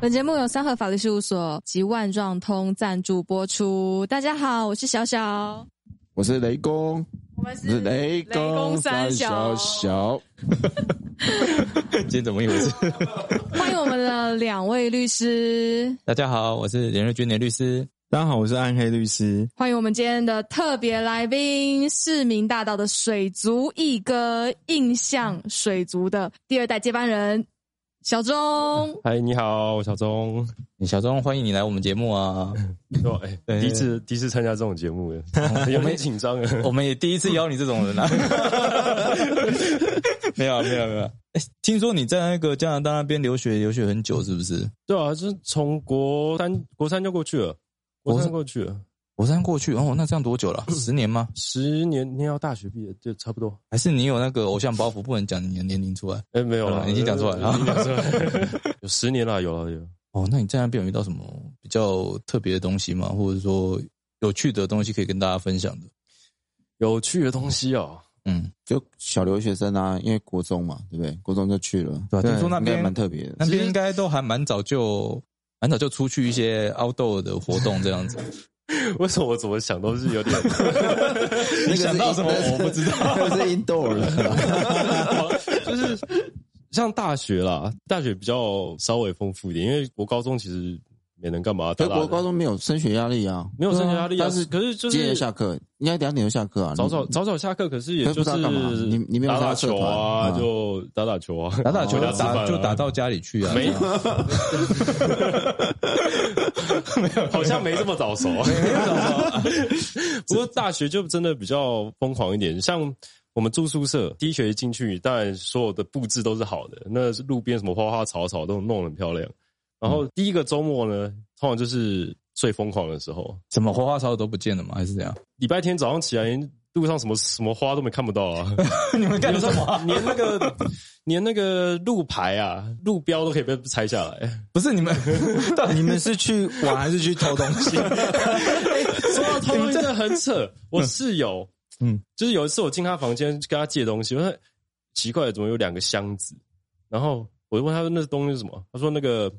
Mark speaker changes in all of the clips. Speaker 1: 本节目由三和法律事务所及万状通赞助播出。大家好，我是小小，
Speaker 2: 我是雷公，
Speaker 1: 我们
Speaker 2: 我是雷
Speaker 1: 公
Speaker 2: 三
Speaker 1: 小
Speaker 2: 小，小。
Speaker 3: 今天怎么一回事？
Speaker 1: 欢迎我们的两位律师，
Speaker 3: 大家好，我是连瑞君连律师。
Speaker 4: 大家好，我是暗黑律师。
Speaker 1: 欢迎我们今天的特别来宾——市民大道的水族一哥，印象水族的第二代接班人小钟。
Speaker 5: 嗨，你好，我小钟。
Speaker 3: 小钟，欢迎你来我们节目 啊！
Speaker 5: 说，哎、
Speaker 3: 对
Speaker 5: 第一次第一次参加这种节目耶，有点紧张啊。
Speaker 3: 我们也第一次邀你这种人啊。 没有啊没有没有，哎听说你在那个加拿大那边留学，留学很久是不是？
Speaker 5: 对啊，就是从国三国三就过去了，国三过去了，
Speaker 3: 我刚过去哦，那这样多 久了？十年吗？
Speaker 5: 十年念到大学毕业就差不多。
Speaker 3: 还是你有那个偶像包袱，不能讲你的年龄出来？
Speaker 5: 哎、没有了，
Speaker 3: 已经讲出来了
Speaker 5: 已经讲出来了，有十年了，有了有了。
Speaker 3: 哦，那你在那边有遇到什么比较特别的东西吗？或者说有趣的东西可以跟大家分享的？
Speaker 5: 有趣的东西哦，
Speaker 3: 嗯，
Speaker 2: 就小留学生啊，因为国中嘛，对不对？国中就去了，
Speaker 3: 对啊听说那边
Speaker 2: 应该蛮特别的。
Speaker 3: 那边应该都还蛮早就蛮早就出去一些 outdoor 的活动这样 子。
Speaker 5: 为什么我怎么想都是有点
Speaker 2: 那个是
Speaker 3: 想到什么我不 知道，
Speaker 2: 那个是 indoor 了。
Speaker 5: 就是像大学啦，大学比较稍微丰富一点，因为我高中其实也能干嘛？
Speaker 2: 德
Speaker 5: 大大
Speaker 2: 国
Speaker 5: 的
Speaker 2: 高中没有升学压力啊，
Speaker 5: 没有升学压力、啊，
Speaker 2: 但是
Speaker 5: 可是就是
Speaker 2: 几点下课？应该两点就下课啊。
Speaker 5: 早早
Speaker 2: 你
Speaker 5: 早早下课，可是也
Speaker 2: 可是
Speaker 5: 就
Speaker 2: 不知
Speaker 5: 是
Speaker 2: 道干嘛你你没有
Speaker 5: 打
Speaker 2: 参加
Speaker 5: 打
Speaker 2: 社
Speaker 5: 球
Speaker 2: 团
Speaker 5: 啊，
Speaker 2: 嗯
Speaker 5: 就打打球啊，
Speaker 3: 打打球
Speaker 5: 回家吃饭
Speaker 3: 打
Speaker 5: 啊
Speaker 3: 就打到家里去啊，
Speaker 5: 没 没有，好像没这么早熟。啊
Speaker 2: 啊
Speaker 5: 不过大学就真的比较疯狂一点，像。我们住宿舍，第一学期进去，当然所有的布置都是好的，那是路边什么花花草草都弄得很漂亮。然后第一个周末呢，通常就是最疯狂的时候，
Speaker 3: 什么花花草草都不见了吗？还是这样？
Speaker 5: 礼拜天早上起来，路上什么什么花都没看不到啊！
Speaker 3: 你们干什么啊、
Speaker 5: 连那个连那个路牌啊、路标都可以被拆下来。
Speaker 3: 不是你 们，
Speaker 4: 你们是去玩还是去偷东 西？
Speaker 5: 说到偷东西真的很扯，我室友，
Speaker 3: 嗯
Speaker 5: 嗯，就是有一次我进他房间跟他借东西，我说哎奇怪，怎么有两个箱子？然后我就问他说那东西是什么？他说那个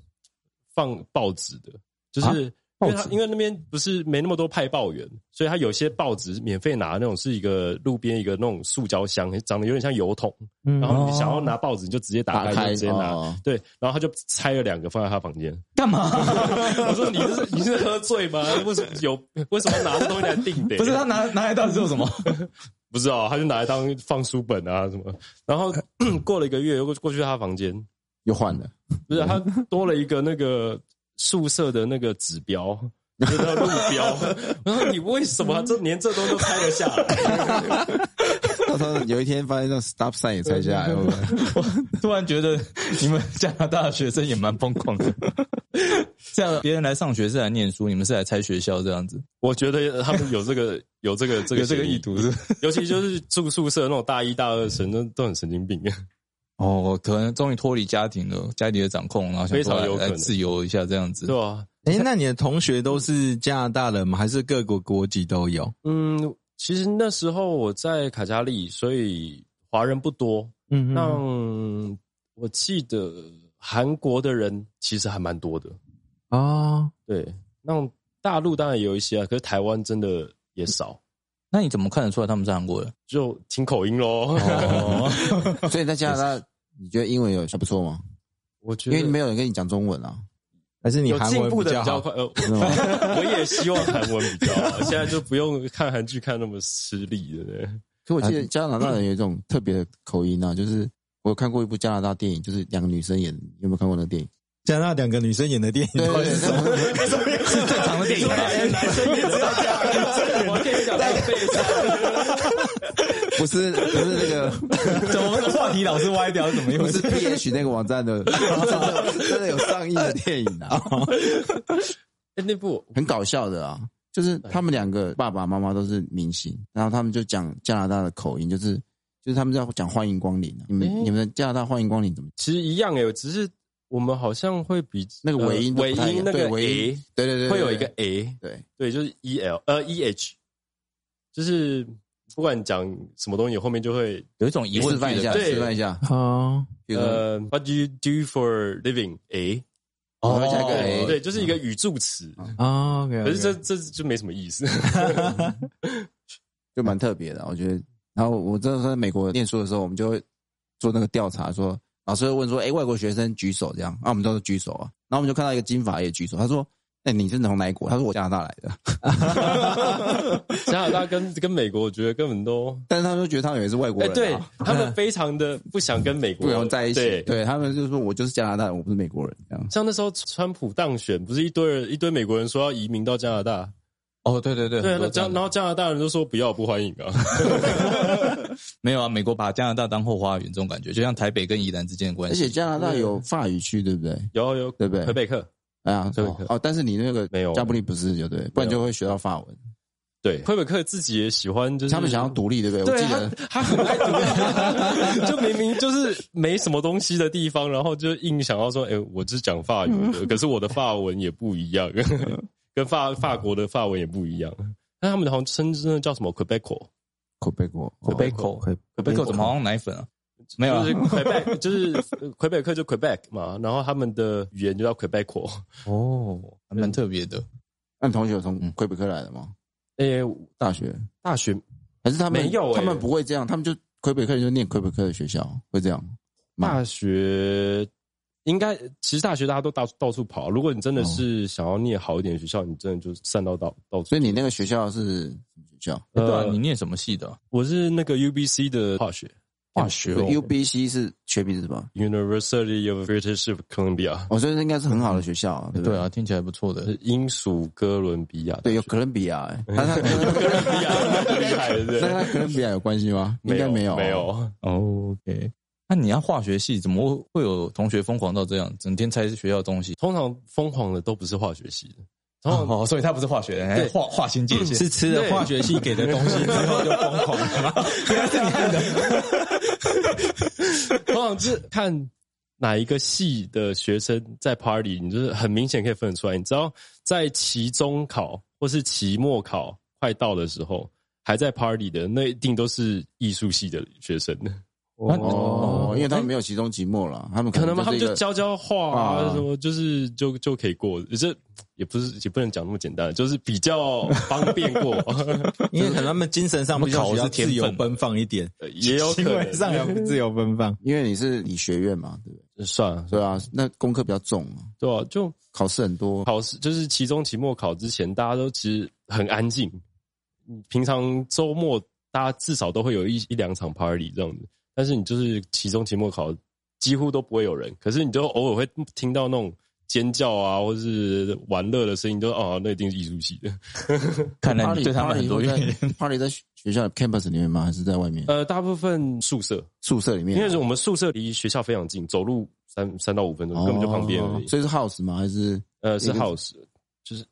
Speaker 5: 放报纸的，就是。因为他因为那边不是没那么多派报员，所以他有些报纸免费拿，那种是一个路边一个那种塑胶箱，长得有点像油桶。
Speaker 3: 嗯
Speaker 5: 然后你
Speaker 3: 哦
Speaker 5: 想要拿报纸，你就直接打
Speaker 2: 打
Speaker 5: 开，啊
Speaker 2: 开
Speaker 5: 就直接拿。
Speaker 2: 哦
Speaker 5: 对，然后他就拆了两个放在他房间。
Speaker 3: 干嘛？
Speaker 5: 我说你是你是喝醉吗？为什么有为什么要拿这东西来定的？
Speaker 3: 不是他拿拿来到底做什么？
Speaker 5: 不知道，他就拿来当放书本啊什么。然后 过了一个月，又过过去他房间，
Speaker 2: 又换了，
Speaker 5: 不是他多了一个那个宿舍的那个指标。就是那个路标， 然后你为什么这连这东西都拆了下来？
Speaker 2: 到时候有一天发现那 stop sign 也拆 下来，会不会
Speaker 3: 突然觉得你们加拿大的学生也蛮疯狂 的。这样别人来上学是来念书，你们是来拆学校这样子，
Speaker 5: 我觉得他们有这个有这个这个
Speaker 3: 有这个
Speaker 5: 嫌疑
Speaker 3: 意图是不是？
Speaker 5: 尤其就是住宿舍那种大一大二生，那都很神经病。
Speaker 3: 哦，可能终于脱离家庭了，家里的掌控，然后想
Speaker 5: 非
Speaker 3: 说
Speaker 5: 常
Speaker 3: 来
Speaker 5: 有可
Speaker 3: 来
Speaker 5: 能
Speaker 3: 自由一下这样子。
Speaker 5: 对啊，
Speaker 4: 哎、那你的同学都是加拿大人吗？还是各国国籍都有？
Speaker 5: 嗯，其实那时候我在卡加利，所以华人不多。
Speaker 4: 嗯
Speaker 5: 那我记得韩国的人其实还蛮多的，
Speaker 4: 哦，
Speaker 5: 对。那种大陆当然也有一些啊，可是台湾真的也少，
Speaker 3: 那你怎么看得出来他们是韩国人？
Speaker 5: 就听口音喽。
Speaker 3: 哦，
Speaker 2: 所以在加拿大，你觉得英文有还不错吗？
Speaker 5: 我觉
Speaker 2: 因
Speaker 5: 得
Speaker 2: 为没有人跟你讲中文啊，
Speaker 4: 还是你
Speaker 5: 有
Speaker 4: 韩
Speaker 5: 进
Speaker 4: 文
Speaker 5: 步
Speaker 4: 比
Speaker 5: 的
Speaker 4: 较好？
Speaker 5: 比较快，呃，
Speaker 2: 真的吗？
Speaker 5: 我也希望韩文比较好，现在就不用看韩剧看那么吃力了。对
Speaker 2: 可我记得加拿大人有一种特别的口音啊，就是我有看过一部加拿大电影，就是两个女生演，的，你有没有看过那个电影？
Speaker 4: 加拿大两个女生演的电影
Speaker 2: 对
Speaker 4: 到
Speaker 2: 对
Speaker 4: 底是什么？
Speaker 2: 对，
Speaker 3: 是正常的电影吧？
Speaker 5: 我跟你讲，
Speaker 2: 不是不是那个
Speaker 3: 怎么的话题老是歪掉？怎么一
Speaker 2: 不
Speaker 3: 回
Speaker 2: 是
Speaker 3: 事？
Speaker 2: P H 那个网站的，真的真的有上映的电影啊，
Speaker 5: 哎那部
Speaker 2: 很搞笑的啊。就是他们两个爸爸妈妈都是明星，然后他们就讲加拿大的口音，就是就是他们在讲欢迎光临啊。你们、
Speaker 5: 诶
Speaker 2: 你们的加拿大欢迎光临怎么？
Speaker 5: 其实一样诶，只是我们好像会比
Speaker 2: 那个尾音
Speaker 5: 呃
Speaker 2: 都
Speaker 5: 尾
Speaker 2: 不太一
Speaker 5: 音
Speaker 2: 样
Speaker 5: 那
Speaker 2: 对
Speaker 5: 个
Speaker 2: 尾
Speaker 5: a
Speaker 2: 音对对对对
Speaker 5: 会有一个 a，
Speaker 2: 对，
Speaker 5: 对，就是 e l 呃 e h，就是不管你讲什么东西，后面就会
Speaker 3: 有一种
Speaker 2: 你
Speaker 3: 疑问
Speaker 2: 示范一下，
Speaker 5: 对
Speaker 2: 示范一下，
Speaker 4: 哦，
Speaker 2: 比如说
Speaker 5: 呃 what do you do for living a，
Speaker 2: 然后加一个
Speaker 5: 对
Speaker 2: a，
Speaker 5: 对，就是一
Speaker 2: 哦
Speaker 5: 个语助词。
Speaker 4: 啊，可
Speaker 5: 可是这这就没什么 意思。
Speaker 2: 就蛮特别的，啊我觉得。然后我真的在美国念书的时候，我们就会做那个调查说，老师会问说，哎，外国学生举手这样，啊，我们都是举手啊。然后我们就看到一个金发也举手，他说，哎，你是从哪一国？他说我加拿大来的，
Speaker 5: 加拿大跟跟美国，我觉得根本都，
Speaker 2: 但是他们就觉得他们也是外国
Speaker 5: 哎，
Speaker 2: 人、啊，
Speaker 5: 对他们非常的不想跟美
Speaker 2: 不
Speaker 5: 国
Speaker 2: 想在一起，对
Speaker 5: 对
Speaker 2: 他们就说我就是加拿大人，我不是美国人这样。
Speaker 5: 像那时候川普当选，不是一堆人一堆美国人说要移民到加拿大，
Speaker 3: 哦，对对对，
Speaker 5: 对
Speaker 3: 很
Speaker 5: 啊，
Speaker 3: 多
Speaker 5: 那
Speaker 3: 这
Speaker 5: 加
Speaker 3: 样
Speaker 5: 然后加拿大人就说不要不欢迎啊，
Speaker 3: 没有啊，美国把加拿大当后花园，这种感觉，就像台北跟宜兰之间的关
Speaker 2: 而
Speaker 3: 系。
Speaker 2: 且加拿大有法语区，对不对？
Speaker 5: 有有
Speaker 2: 对不对
Speaker 5: 魁北克，
Speaker 2: 哎呀，
Speaker 5: 对对
Speaker 2: 哦，但是你那个
Speaker 5: 没有
Speaker 2: 加布利不是就对，不然就会学到法文。
Speaker 5: 对，魁北克自己也喜欢，就是
Speaker 2: 他们想要。独立，对不对？我
Speaker 5: 对
Speaker 2: 记
Speaker 5: 他
Speaker 2: 得，
Speaker 5: 他很爱读， 就明明就是没什么东西的地方，然后就硬想要说，哎、我只讲法语 的，可是我的法文也不一样， 跟法法国的法文也不一样。但他们好像称真的叫什么 Quebeco，
Speaker 2: 魁北克，
Speaker 3: 魁北克，
Speaker 2: 魁
Speaker 3: 魁北克怎么好像奶粉啊？没有啊
Speaker 5: 就，是 Quebec，就是魁北克就 Quebec 嘛，然后他们的语言就叫 Quebeco。
Speaker 3: 哦，还蛮特别的。
Speaker 2: 那你同学有
Speaker 5: 嗯
Speaker 2: 从魁北克来的吗？
Speaker 5: 哎、
Speaker 2: 大学
Speaker 5: 大学
Speaker 2: 还是他们
Speaker 5: 没有欸
Speaker 2: 他们不会这样，他们就魁北克人就念魁北克的学校，会这样。吗
Speaker 5: 大学应该，其实大学大家都到到处跑。如果你真
Speaker 4: 嗯
Speaker 5: 的是想要念好一点的学校，你真的就散到到到处
Speaker 2: 所。以你那个学校是什么学校？
Speaker 3: 对啊，
Speaker 5: 呃
Speaker 3: 你念什么系的？
Speaker 5: 我是那个 UBC 的化学
Speaker 3: 化
Speaker 4: 哦
Speaker 3: 学哦
Speaker 2: 所以 UBC 是学名是什么？
Speaker 5: ，University of British Columbia，
Speaker 2: 我觉得应该是很好的学校啊，对不
Speaker 3: 对
Speaker 2: 对？
Speaker 3: 啊，听起来不错的
Speaker 5: 是。英属哥伦比亚。
Speaker 2: 对，有哥伦比亚，欸那他
Speaker 5: 比亚厉害的，
Speaker 2: 那
Speaker 5: 对
Speaker 2: 他哥伦比亚有关系吗？应该没有，
Speaker 5: 没。有。
Speaker 4: 呃
Speaker 3: 哦 OK，那你要化学系，怎么会有同学疯狂到这样，整天猜学校的东西？
Speaker 5: 通常疯狂的都不是化学系的，通常
Speaker 3: 哦，所以他不是化学，哎
Speaker 5: 对
Speaker 3: 划划清界限。
Speaker 4: 是吃了化学系给的东西之后就疯狂了 吗？
Speaker 5: 通常是看哪一个系的学生在 party，你就是很明显可以分得出来。你知道，在期中考或是期末考快到的时候，还在 party 的，那一定都是艺术系的 学生，
Speaker 2: 哦，因为他们没有期中期末了，他们
Speaker 5: 可能嘛，
Speaker 2: 就
Speaker 5: 他们
Speaker 2: 是一
Speaker 5: 就
Speaker 2: 个
Speaker 5: 教教画
Speaker 2: 啊
Speaker 5: 啊，什么就是就就可以过，这也不是也不能讲那么简单，就是比较方便 过，
Speaker 4: 因为可能他们精神上比较需要自由奔放一点，
Speaker 5: 呃也有可
Speaker 4: 行为上
Speaker 5: 能
Speaker 4: 要自由奔放。
Speaker 2: 因为你是理学院嘛，对不对？
Speaker 5: 算了，
Speaker 2: 对啊，那功课比较重啊，
Speaker 5: 对吧、就
Speaker 2: 考试很多。
Speaker 5: 考试就是期中、期末考之前，大家都其实很安静。嗯平常周末大家至少都会有一一两场 party 这样子，但是你就是期中、期末考几乎都不会有人，可是你就偶尔会听到那种尖叫啊，或是玩乐的声音，就哦，那一定是艺术系的。
Speaker 3: 看来你对他们
Speaker 2: Party-
Speaker 3: 很多怨
Speaker 2: Party
Speaker 3: 言。
Speaker 2: 会在 Party 在学校的 campus 里面吗？还是在外面
Speaker 5: 呃，大部分宿舍，
Speaker 2: 宿舍里面？
Speaker 5: 因为我们宿舍离学校非常近，走路三三到五分钟，根本就旁边而已。
Speaker 2: 哦所以是 house 吗？还是
Speaker 5: 呃，是
Speaker 2: 一个
Speaker 5: house，就是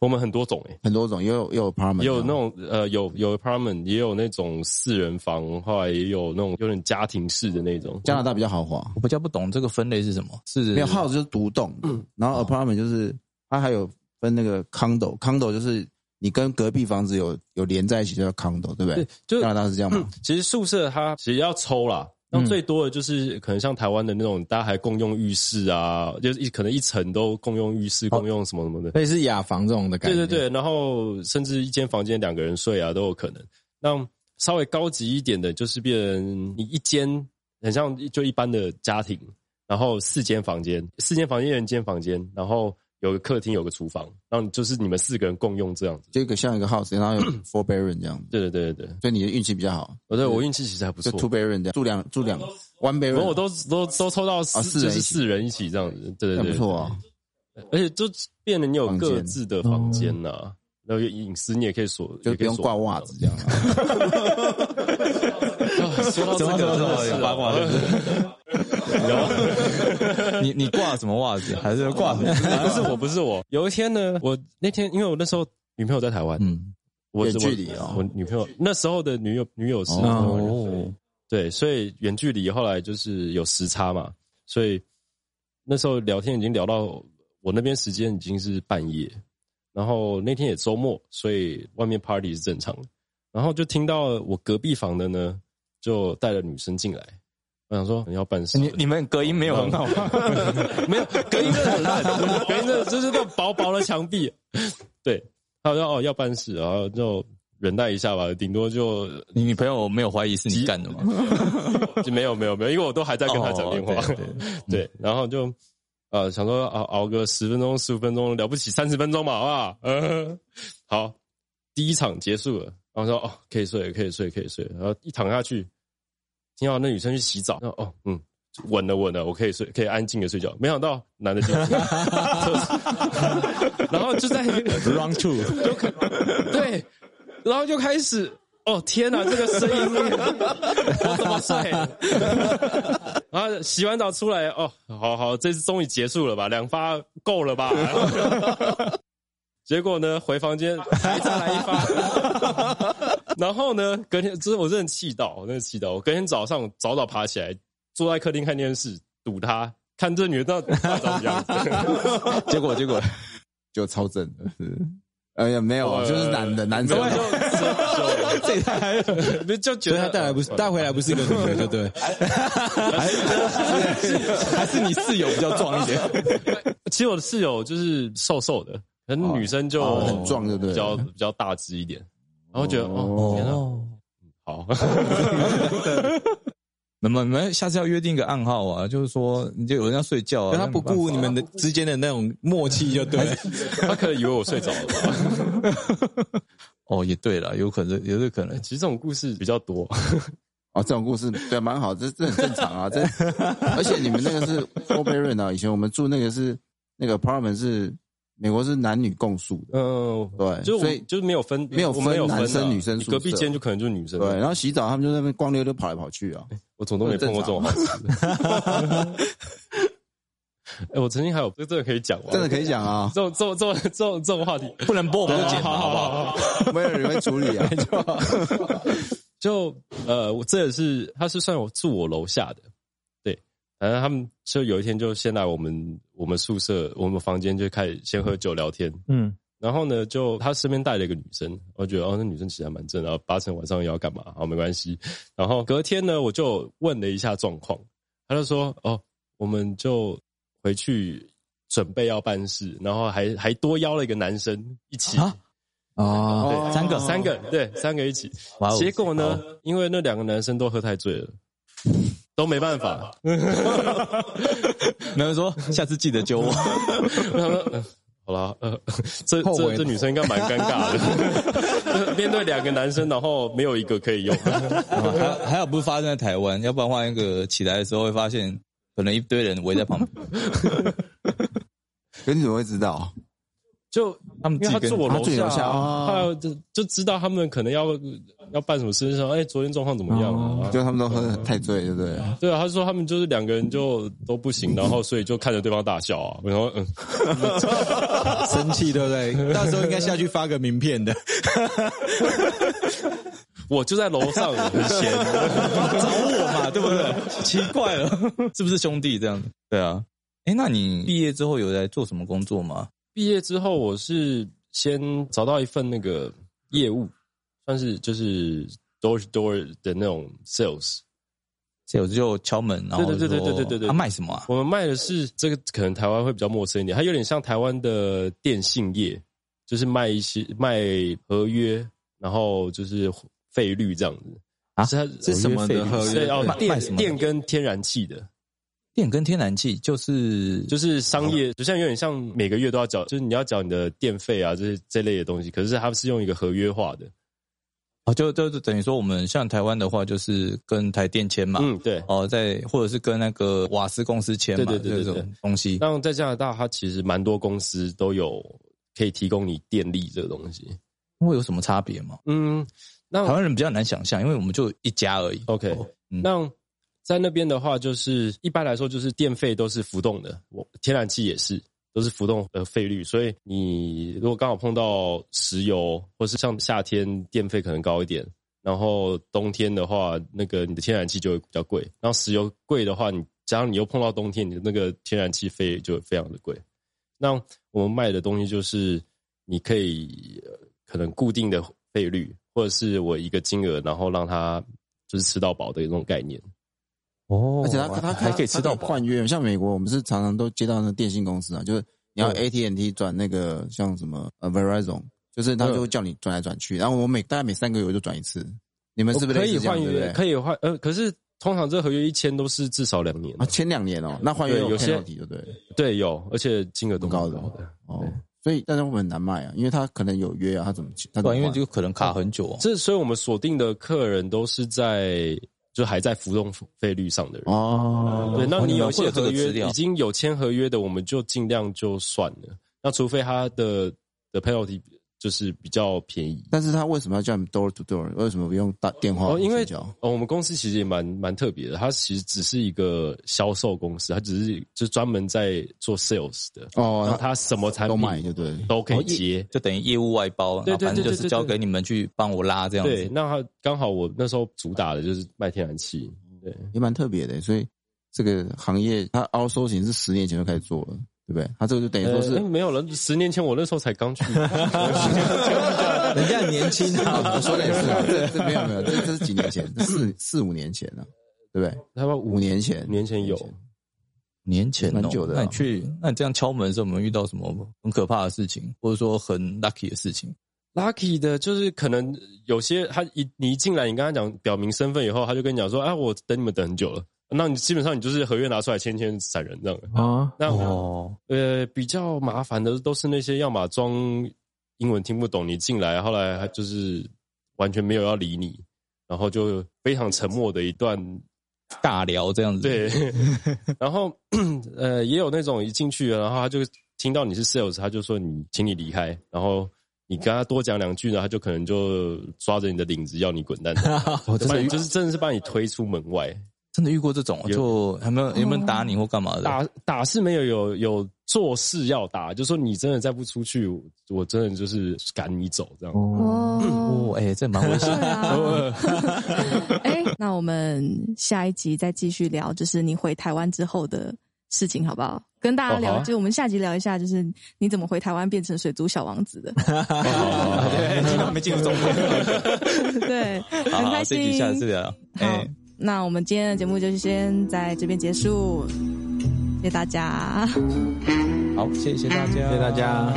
Speaker 5: 我们很多种诶、欸
Speaker 2: 很多种，也有也有 apartment，
Speaker 5: 也有那种呃，有有 apartment，也有那种四人房，后来也有那种有点家庭式的那种。
Speaker 2: 加拿大比较豪华，
Speaker 3: 我比较不懂这个分类是什么？是
Speaker 2: 没有 house 就是独栋，
Speaker 5: 嗯
Speaker 2: 然后 apartment 就是它还有分那个 condo，condo 就是你跟隔壁房子有有连在一起就叫 condo，对不对？
Speaker 5: 就嗯
Speaker 2: 加拿大是这样吗？
Speaker 5: 其实宿舍它其实要抽啦，那最多的就是可能像台湾的那种，大家还共用浴室啊，就是一可能一层都共用浴室、共用什么什么的。
Speaker 4: 类似雅房这种的感
Speaker 5: 对
Speaker 4: 觉，
Speaker 5: 对对，然后甚至一间房间两个人睡啊都有可能。那稍微高级一点的，就是变成你一间很像就一般的家庭，然后四间房间，四间房间一人间房间，然后有个客厅，有个厨房，然后就是你们四个人共用这样子。
Speaker 2: 就一个像一个 house，然后 有 four bedroom 这样子，
Speaker 5: 对对对对对，
Speaker 2: 所以你的运气比较好，
Speaker 5: 我对我运气其实还不
Speaker 2: 就
Speaker 5: 错
Speaker 2: two，bedroom 这样住两住两 one
Speaker 5: 不
Speaker 2: bedroom，
Speaker 5: 过我都都都抽到四、
Speaker 2: 啊四人
Speaker 5: 就是
Speaker 2: 一起
Speaker 5: 四人一起这样子，对对
Speaker 2: 那
Speaker 5: 对，
Speaker 2: 不错啊。
Speaker 5: 而且就变得你有
Speaker 2: 房间
Speaker 5: 各自的房间呐、然后隐私你也可以锁，
Speaker 2: 嗯就
Speaker 5: 也
Speaker 2: 不
Speaker 5: 可以
Speaker 2: 用
Speaker 5: 锁
Speaker 2: 挂 袜子这样、啊，
Speaker 5: 说到这
Speaker 3: 什么
Speaker 5: 个真
Speaker 3: 什么
Speaker 5: 的是
Speaker 3: 有八 卦 你你挂什么袜子？还是挂什么？
Speaker 5: 不是我，不是我。有一天呢，我那天因为我那时候女朋友在台湾，
Speaker 3: 嗯，
Speaker 5: 我
Speaker 2: 远
Speaker 5: 我
Speaker 2: 距离哦
Speaker 5: 我女朋友那时候的女友女友是台湾人
Speaker 3: 哦，
Speaker 5: 对，所以远距离后来就是有时差嘛，所以那时候聊天已经聊到我那边时间已经是半夜，然后那天也周末，所以外面 party 是正常的。然后就听到我隔壁房的呢，就带了女生进来，我想说你要办事，
Speaker 3: 你你们隔音没有很好吗？
Speaker 5: 没有隔音真的很烂，隔音真的就是那种薄薄的墙壁。对，他说哦要办事，然后就忍耐一下吧，顶多就
Speaker 3: 你女朋友没有怀疑是你干的吗？
Speaker 5: 就没有没有没有，因为我都还在跟他讲电话。
Speaker 3: 哦对
Speaker 5: 对，然后就呃想说熬熬个十分钟、十五分钟，了不起三十分钟嘛，好不好？ 呃，好，第一场结束了，然后说哦可以睡了，可以睡了，可以睡了，然后一躺下去，听到那女生去洗澡，然后哦嗯。稳了，稳了，我可以睡，可以安静的睡觉。没想到男 的进去， 然后就在
Speaker 4: Round two，
Speaker 5: 对，然后就开始，哦天哪，这个声音， 我怎么睡？ 然后洗完澡出来，哦，好好，这次终于结束了吧，两发够了吧？ 结果呢，回房间还再来一发， 然后呢，隔天，这我真的气到，我真的气到，我隔天早上早早爬起来，坐在客厅看电视，堵他。看这女的到底长什么样 子？
Speaker 2: 结果结果 就超正的，是，哎呀没有，就是男的男
Speaker 5: 呃没
Speaker 2: 生
Speaker 5: 有，就
Speaker 3: 这太
Speaker 5: 就 就觉
Speaker 4: 所以
Speaker 5: 得
Speaker 4: 他啊带来不是带回来不是一个女的，对不 对？
Speaker 3: 还是你室友比较壮一点，
Speaker 5: 其实我的室友就是瘦瘦的，可能女生就、
Speaker 2: 哦很壮对不对
Speaker 5: 比较比较大只一点，然后觉得哦
Speaker 2: 哦
Speaker 5: 天哪，好，
Speaker 3: 那么你们下次要约定一个暗号啊，就是说你就有人要睡觉啊，
Speaker 4: 但他不顾你们的之间的那种默契，就对了。
Speaker 5: 他可能以为我睡着 了吧。
Speaker 3: 哦，也对了，有可能有这可能。
Speaker 5: 其实这种故事比较多，
Speaker 2: 哦，这种故事对蛮好，这这很正常 啊，这而且你们那个是 o p e r a n 啊，以前我们住那个是那个 apartment 是美国是男女共宿的，
Speaker 5: 嗯，
Speaker 2: 对
Speaker 5: 就是我
Speaker 2: 所以
Speaker 5: 就是没有分
Speaker 2: 没有
Speaker 5: 我们没有分啊
Speaker 2: 男生女生
Speaker 5: 你
Speaker 2: 宿舍
Speaker 5: 隔壁间就可能就是女生，
Speaker 2: 对，然后洗澡他们就在那边光溜溜跑来跑去啊，
Speaker 5: 我总都没碰过这种好事。 哎，我曾经还有这这个可以讲吗？
Speaker 2: 真的可以讲 哦啊，
Speaker 5: 这种这种这种这种这种话题
Speaker 3: 不能播，我们就剪
Speaker 5: 好
Speaker 3: 了，好
Speaker 5: 好
Speaker 3: 不
Speaker 5: 好
Speaker 3: 好？
Speaker 5: 好好。
Speaker 2: 没有人会处 理啊，
Speaker 5: 就呃，我这也是，他是算我住我楼下的，对，反正他们就有一天就先来我们我们宿舍我们房间就开始先喝酒聊天，
Speaker 3: 嗯，
Speaker 5: 然后呢，就他身边带了一个女生，我觉得哦，那女生其实还蛮正的，然后八成晚上要干嘛，好没关系。然后隔天呢，我就问了一下状况，他就说哦，我们就回去准备要办事，然后还还多邀了一个男生一起。
Speaker 3: 啊哦，
Speaker 2: 对
Speaker 3: 三个
Speaker 5: 三个对，三个一起。
Speaker 3: 哇哦
Speaker 5: 结果呢，因为那两个男生都喝太醉了，都没办法。
Speaker 3: 男人说下次记得揪我，
Speaker 5: 我想说，呃好啦，呃， 这
Speaker 4: 后悔
Speaker 5: 这
Speaker 4: 了
Speaker 5: 这女生应该蛮尴尬的，面对两个男生，然后没有一个可以用。
Speaker 3: 还还好不是发生在台湾，要不然话那个起来的时候会发现，可能一堆人围在旁 边，
Speaker 2: 可你怎么会知道？
Speaker 5: 就
Speaker 3: 他们自
Speaker 5: 因为
Speaker 3: 己
Speaker 5: 他
Speaker 3: 跟
Speaker 5: 住我
Speaker 2: 他
Speaker 5: 楼
Speaker 2: 住你
Speaker 5: 下
Speaker 2: 楼下
Speaker 5: 啊，
Speaker 2: 哦
Speaker 5: 后来就就知道他们可能要要办什么事，说哎，昨天状况怎么样啊？
Speaker 2: 就他们都喝得太醉，对不对？
Speaker 5: 对啊，他说他们就是两个人就都不行，然后所以就看着对方大笑啊。然后嗯，
Speaker 4: 生气对不对？到时候应该下去发个名片 的，
Speaker 5: 我就在楼上，很闲。
Speaker 3: 找我嘛，对不对？ 奇怪了，是不是兄弟这样子？对啊，哎，那你毕业之后有来做什么工作吗？
Speaker 5: 毕业之后，我是先找到一份那个业务，算是就是 door to door 的那种 sales。
Speaker 3: 有就敲门，然后
Speaker 5: 对对对对对对对对
Speaker 3: 他卖什么啊？
Speaker 5: 我们卖的是这个，可能台湾会比较陌生一点，它有点像台湾的电信业，就是卖一些卖合约，然后就是费率这样子
Speaker 3: 啊
Speaker 5: 是它
Speaker 4: 是什么的合约
Speaker 5: 所以要
Speaker 3: 卖卖什
Speaker 5: 电
Speaker 3: 么
Speaker 5: 电跟天然气的，
Speaker 3: 电跟天然气就是
Speaker 5: 就是是商业，就像有点像每个月都要缴，就是你要缴你的电费啊，这些这类的东西。可是它是用一个合约化的，
Speaker 3: 哦，就就就等于说我们像台湾的话，就是跟台电签嘛，
Speaker 5: 嗯，对。
Speaker 3: 哦，在或者是跟那个瓦斯公司签嘛，
Speaker 5: 对对对对
Speaker 3: 这
Speaker 5: 对
Speaker 3: 种东西。
Speaker 5: 那在加拿大，它其实蛮多公司都有可以提供你电力这个东西。
Speaker 3: 会有什么差别吗？
Speaker 5: 嗯，
Speaker 3: 台
Speaker 5: 那
Speaker 3: 湾人比较难想象，因为我们就一家而已。
Speaker 5: OK，
Speaker 3: 哦嗯
Speaker 5: 那在那边的话，就是一般来说，就是电费都是浮动的，我天然气也是。都是浮动的费率，所以你如果刚好碰到石油，或是像夏天电费可能高一点，然后冬天的话，那个你的天然气就会比较贵，然后石油贵的话，你加上你又碰到冬天，你的那个天然气费就会非常的贵。那我们卖的东西就是你可以呃可能固定的费率，或者是我一个金额，然后让它就是吃到饱的那种概念。
Speaker 3: 哦
Speaker 2: 而且他他
Speaker 3: 还可以吃到
Speaker 2: 他
Speaker 3: 饱，
Speaker 2: 换约，像美国我们是常常都接到那电信公司啊，就是你要
Speaker 3: 嗯
Speaker 2: AT&T 转那个像什么呃 Verizon，就是他就会叫你转来转去，然后我每大概每三个月我就转一次。你们是不是
Speaker 5: 哦可
Speaker 2: 类
Speaker 5: 以
Speaker 2: 似这样
Speaker 5: 换
Speaker 2: 对不
Speaker 5: 约？
Speaker 2: 对？
Speaker 5: 可以换呃，可是通常这合约一签都是至少两年
Speaker 2: 啊，前两年哦，那换约
Speaker 5: 对有些
Speaker 2: 题对不对？
Speaker 5: 对，有，而且金额都
Speaker 2: 很高
Speaker 5: 蛮
Speaker 2: 的
Speaker 5: 高的。
Speaker 2: 哦，所以但是会不会很难卖啊，因为他可能有约啊，他怎么他怎么
Speaker 3: 对啊，因为
Speaker 2: 换
Speaker 3: 这个可能卡很久哦。
Speaker 5: 这所以我们锁定的客人都是在就还在浮动费率上的人。
Speaker 2: 哦，
Speaker 5: 对，那
Speaker 3: 哦
Speaker 5: 你
Speaker 3: 你
Speaker 5: 有
Speaker 3: 们
Speaker 5: 一些
Speaker 3: 会有这
Speaker 5: 合
Speaker 3: 个
Speaker 5: 约
Speaker 3: 资料
Speaker 5: 已经有签合约的，我们就尽量就算了。那除非他的的 penalty 就是比较便宜
Speaker 2: 但是他为什么要叫你 door to door？为什么不用打电话
Speaker 5: 哦，因为
Speaker 2: 去叫
Speaker 5: 哦，我们公司其实也蛮蛮特别的，它其实只是一个销售公司，它只是就专门在做 sales 的，
Speaker 2: 哦，
Speaker 5: 然
Speaker 2: 他
Speaker 5: 后它什么产
Speaker 2: 都
Speaker 5: 品
Speaker 2: 买就对了
Speaker 5: 都
Speaker 3: 哦
Speaker 5: 可以接。
Speaker 3: 就等于业务外包，
Speaker 5: 对
Speaker 3: 然后
Speaker 5: 对
Speaker 3: 反正
Speaker 5: 对
Speaker 3: 就
Speaker 5: 对
Speaker 3: 是
Speaker 5: 对
Speaker 3: 交
Speaker 5: 对
Speaker 3: 给你们去帮我拉这样
Speaker 5: 对，
Speaker 3: 子。
Speaker 5: 那它刚好我那时候主打的就是卖天然气，对，
Speaker 2: 也蛮特别的，所以这个行业它 outsourcing 是十年前就开始做了，对不对？它这个就等于说是
Speaker 5: 呃没有了。十年前我那时候才刚去，
Speaker 3: 人家很年轻
Speaker 2: 啊，我
Speaker 3: 啊，
Speaker 2: 说的也是啊，这这没有没有，这这是几年前，这四四五年前了、对不对？
Speaker 5: 他妈
Speaker 2: 五年前，
Speaker 5: 五年前有
Speaker 3: 年前哦
Speaker 2: 蛮久的啊
Speaker 3: 那你去，那你这样敲门的时候，我们遇到什么很可怕的事情，或者说很 lucky 的事情？
Speaker 5: lucky 的，就是可能有些他一你一进来，你跟他讲表明身份以后，他就跟你讲说，啊，我等你们等很久了。那你基本上你就是合约拿出来签签闪人这样。
Speaker 4: 啊，
Speaker 5: 那我
Speaker 3: 哦，
Speaker 5: 呃，比较麻烦的都是那些要么装英文听不懂，你进来后来还就是完全没有要理你，然后就非常沉默的一段。
Speaker 3: 尬聊这样子，
Speaker 5: 对，然后呃，也有那种一进去，然后他就听到你是 sales，他就说你，请你离开，然后。你跟他多讲两句呢，他就可能就抓着你的领子要你滚蛋，
Speaker 3: 我真
Speaker 5: 把
Speaker 3: 的
Speaker 5: 你
Speaker 3: 遇
Speaker 5: 就是真的是把你推出门外。
Speaker 3: 真的遇过这种，就有没有有没有打你或干嘛的？
Speaker 5: 打打是没有有有做事要打，就说你真的再不出去，我我真的就是赶你走这样。
Speaker 3: 哦
Speaker 1: 哦，，
Speaker 3: 哎，这蛮危
Speaker 1: 对
Speaker 3: 险。
Speaker 1: 啊。
Speaker 3: 啊
Speaker 1: 哎，那我们下一集再继续聊，就是你回台湾之后的事情，好不好？跟大家
Speaker 5: 哦
Speaker 1: 聊，
Speaker 5: 好啊
Speaker 1: 就我们下集聊一下，就是你怎么回台湾变成水族小王子 的。
Speaker 3: 哎，听到没进入重点。
Speaker 1: 对，
Speaker 3: 好
Speaker 1: 很
Speaker 3: 好，
Speaker 1: 开
Speaker 3: 这
Speaker 1: 心。
Speaker 3: 集下次聊。
Speaker 1: 好
Speaker 3: 哎，，
Speaker 1: 那我们今天的节目就先在这边结束，谢谢大家。
Speaker 3: 好，谢谢大家，谢谢大家，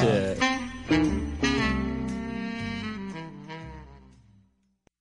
Speaker 5: 谢谢。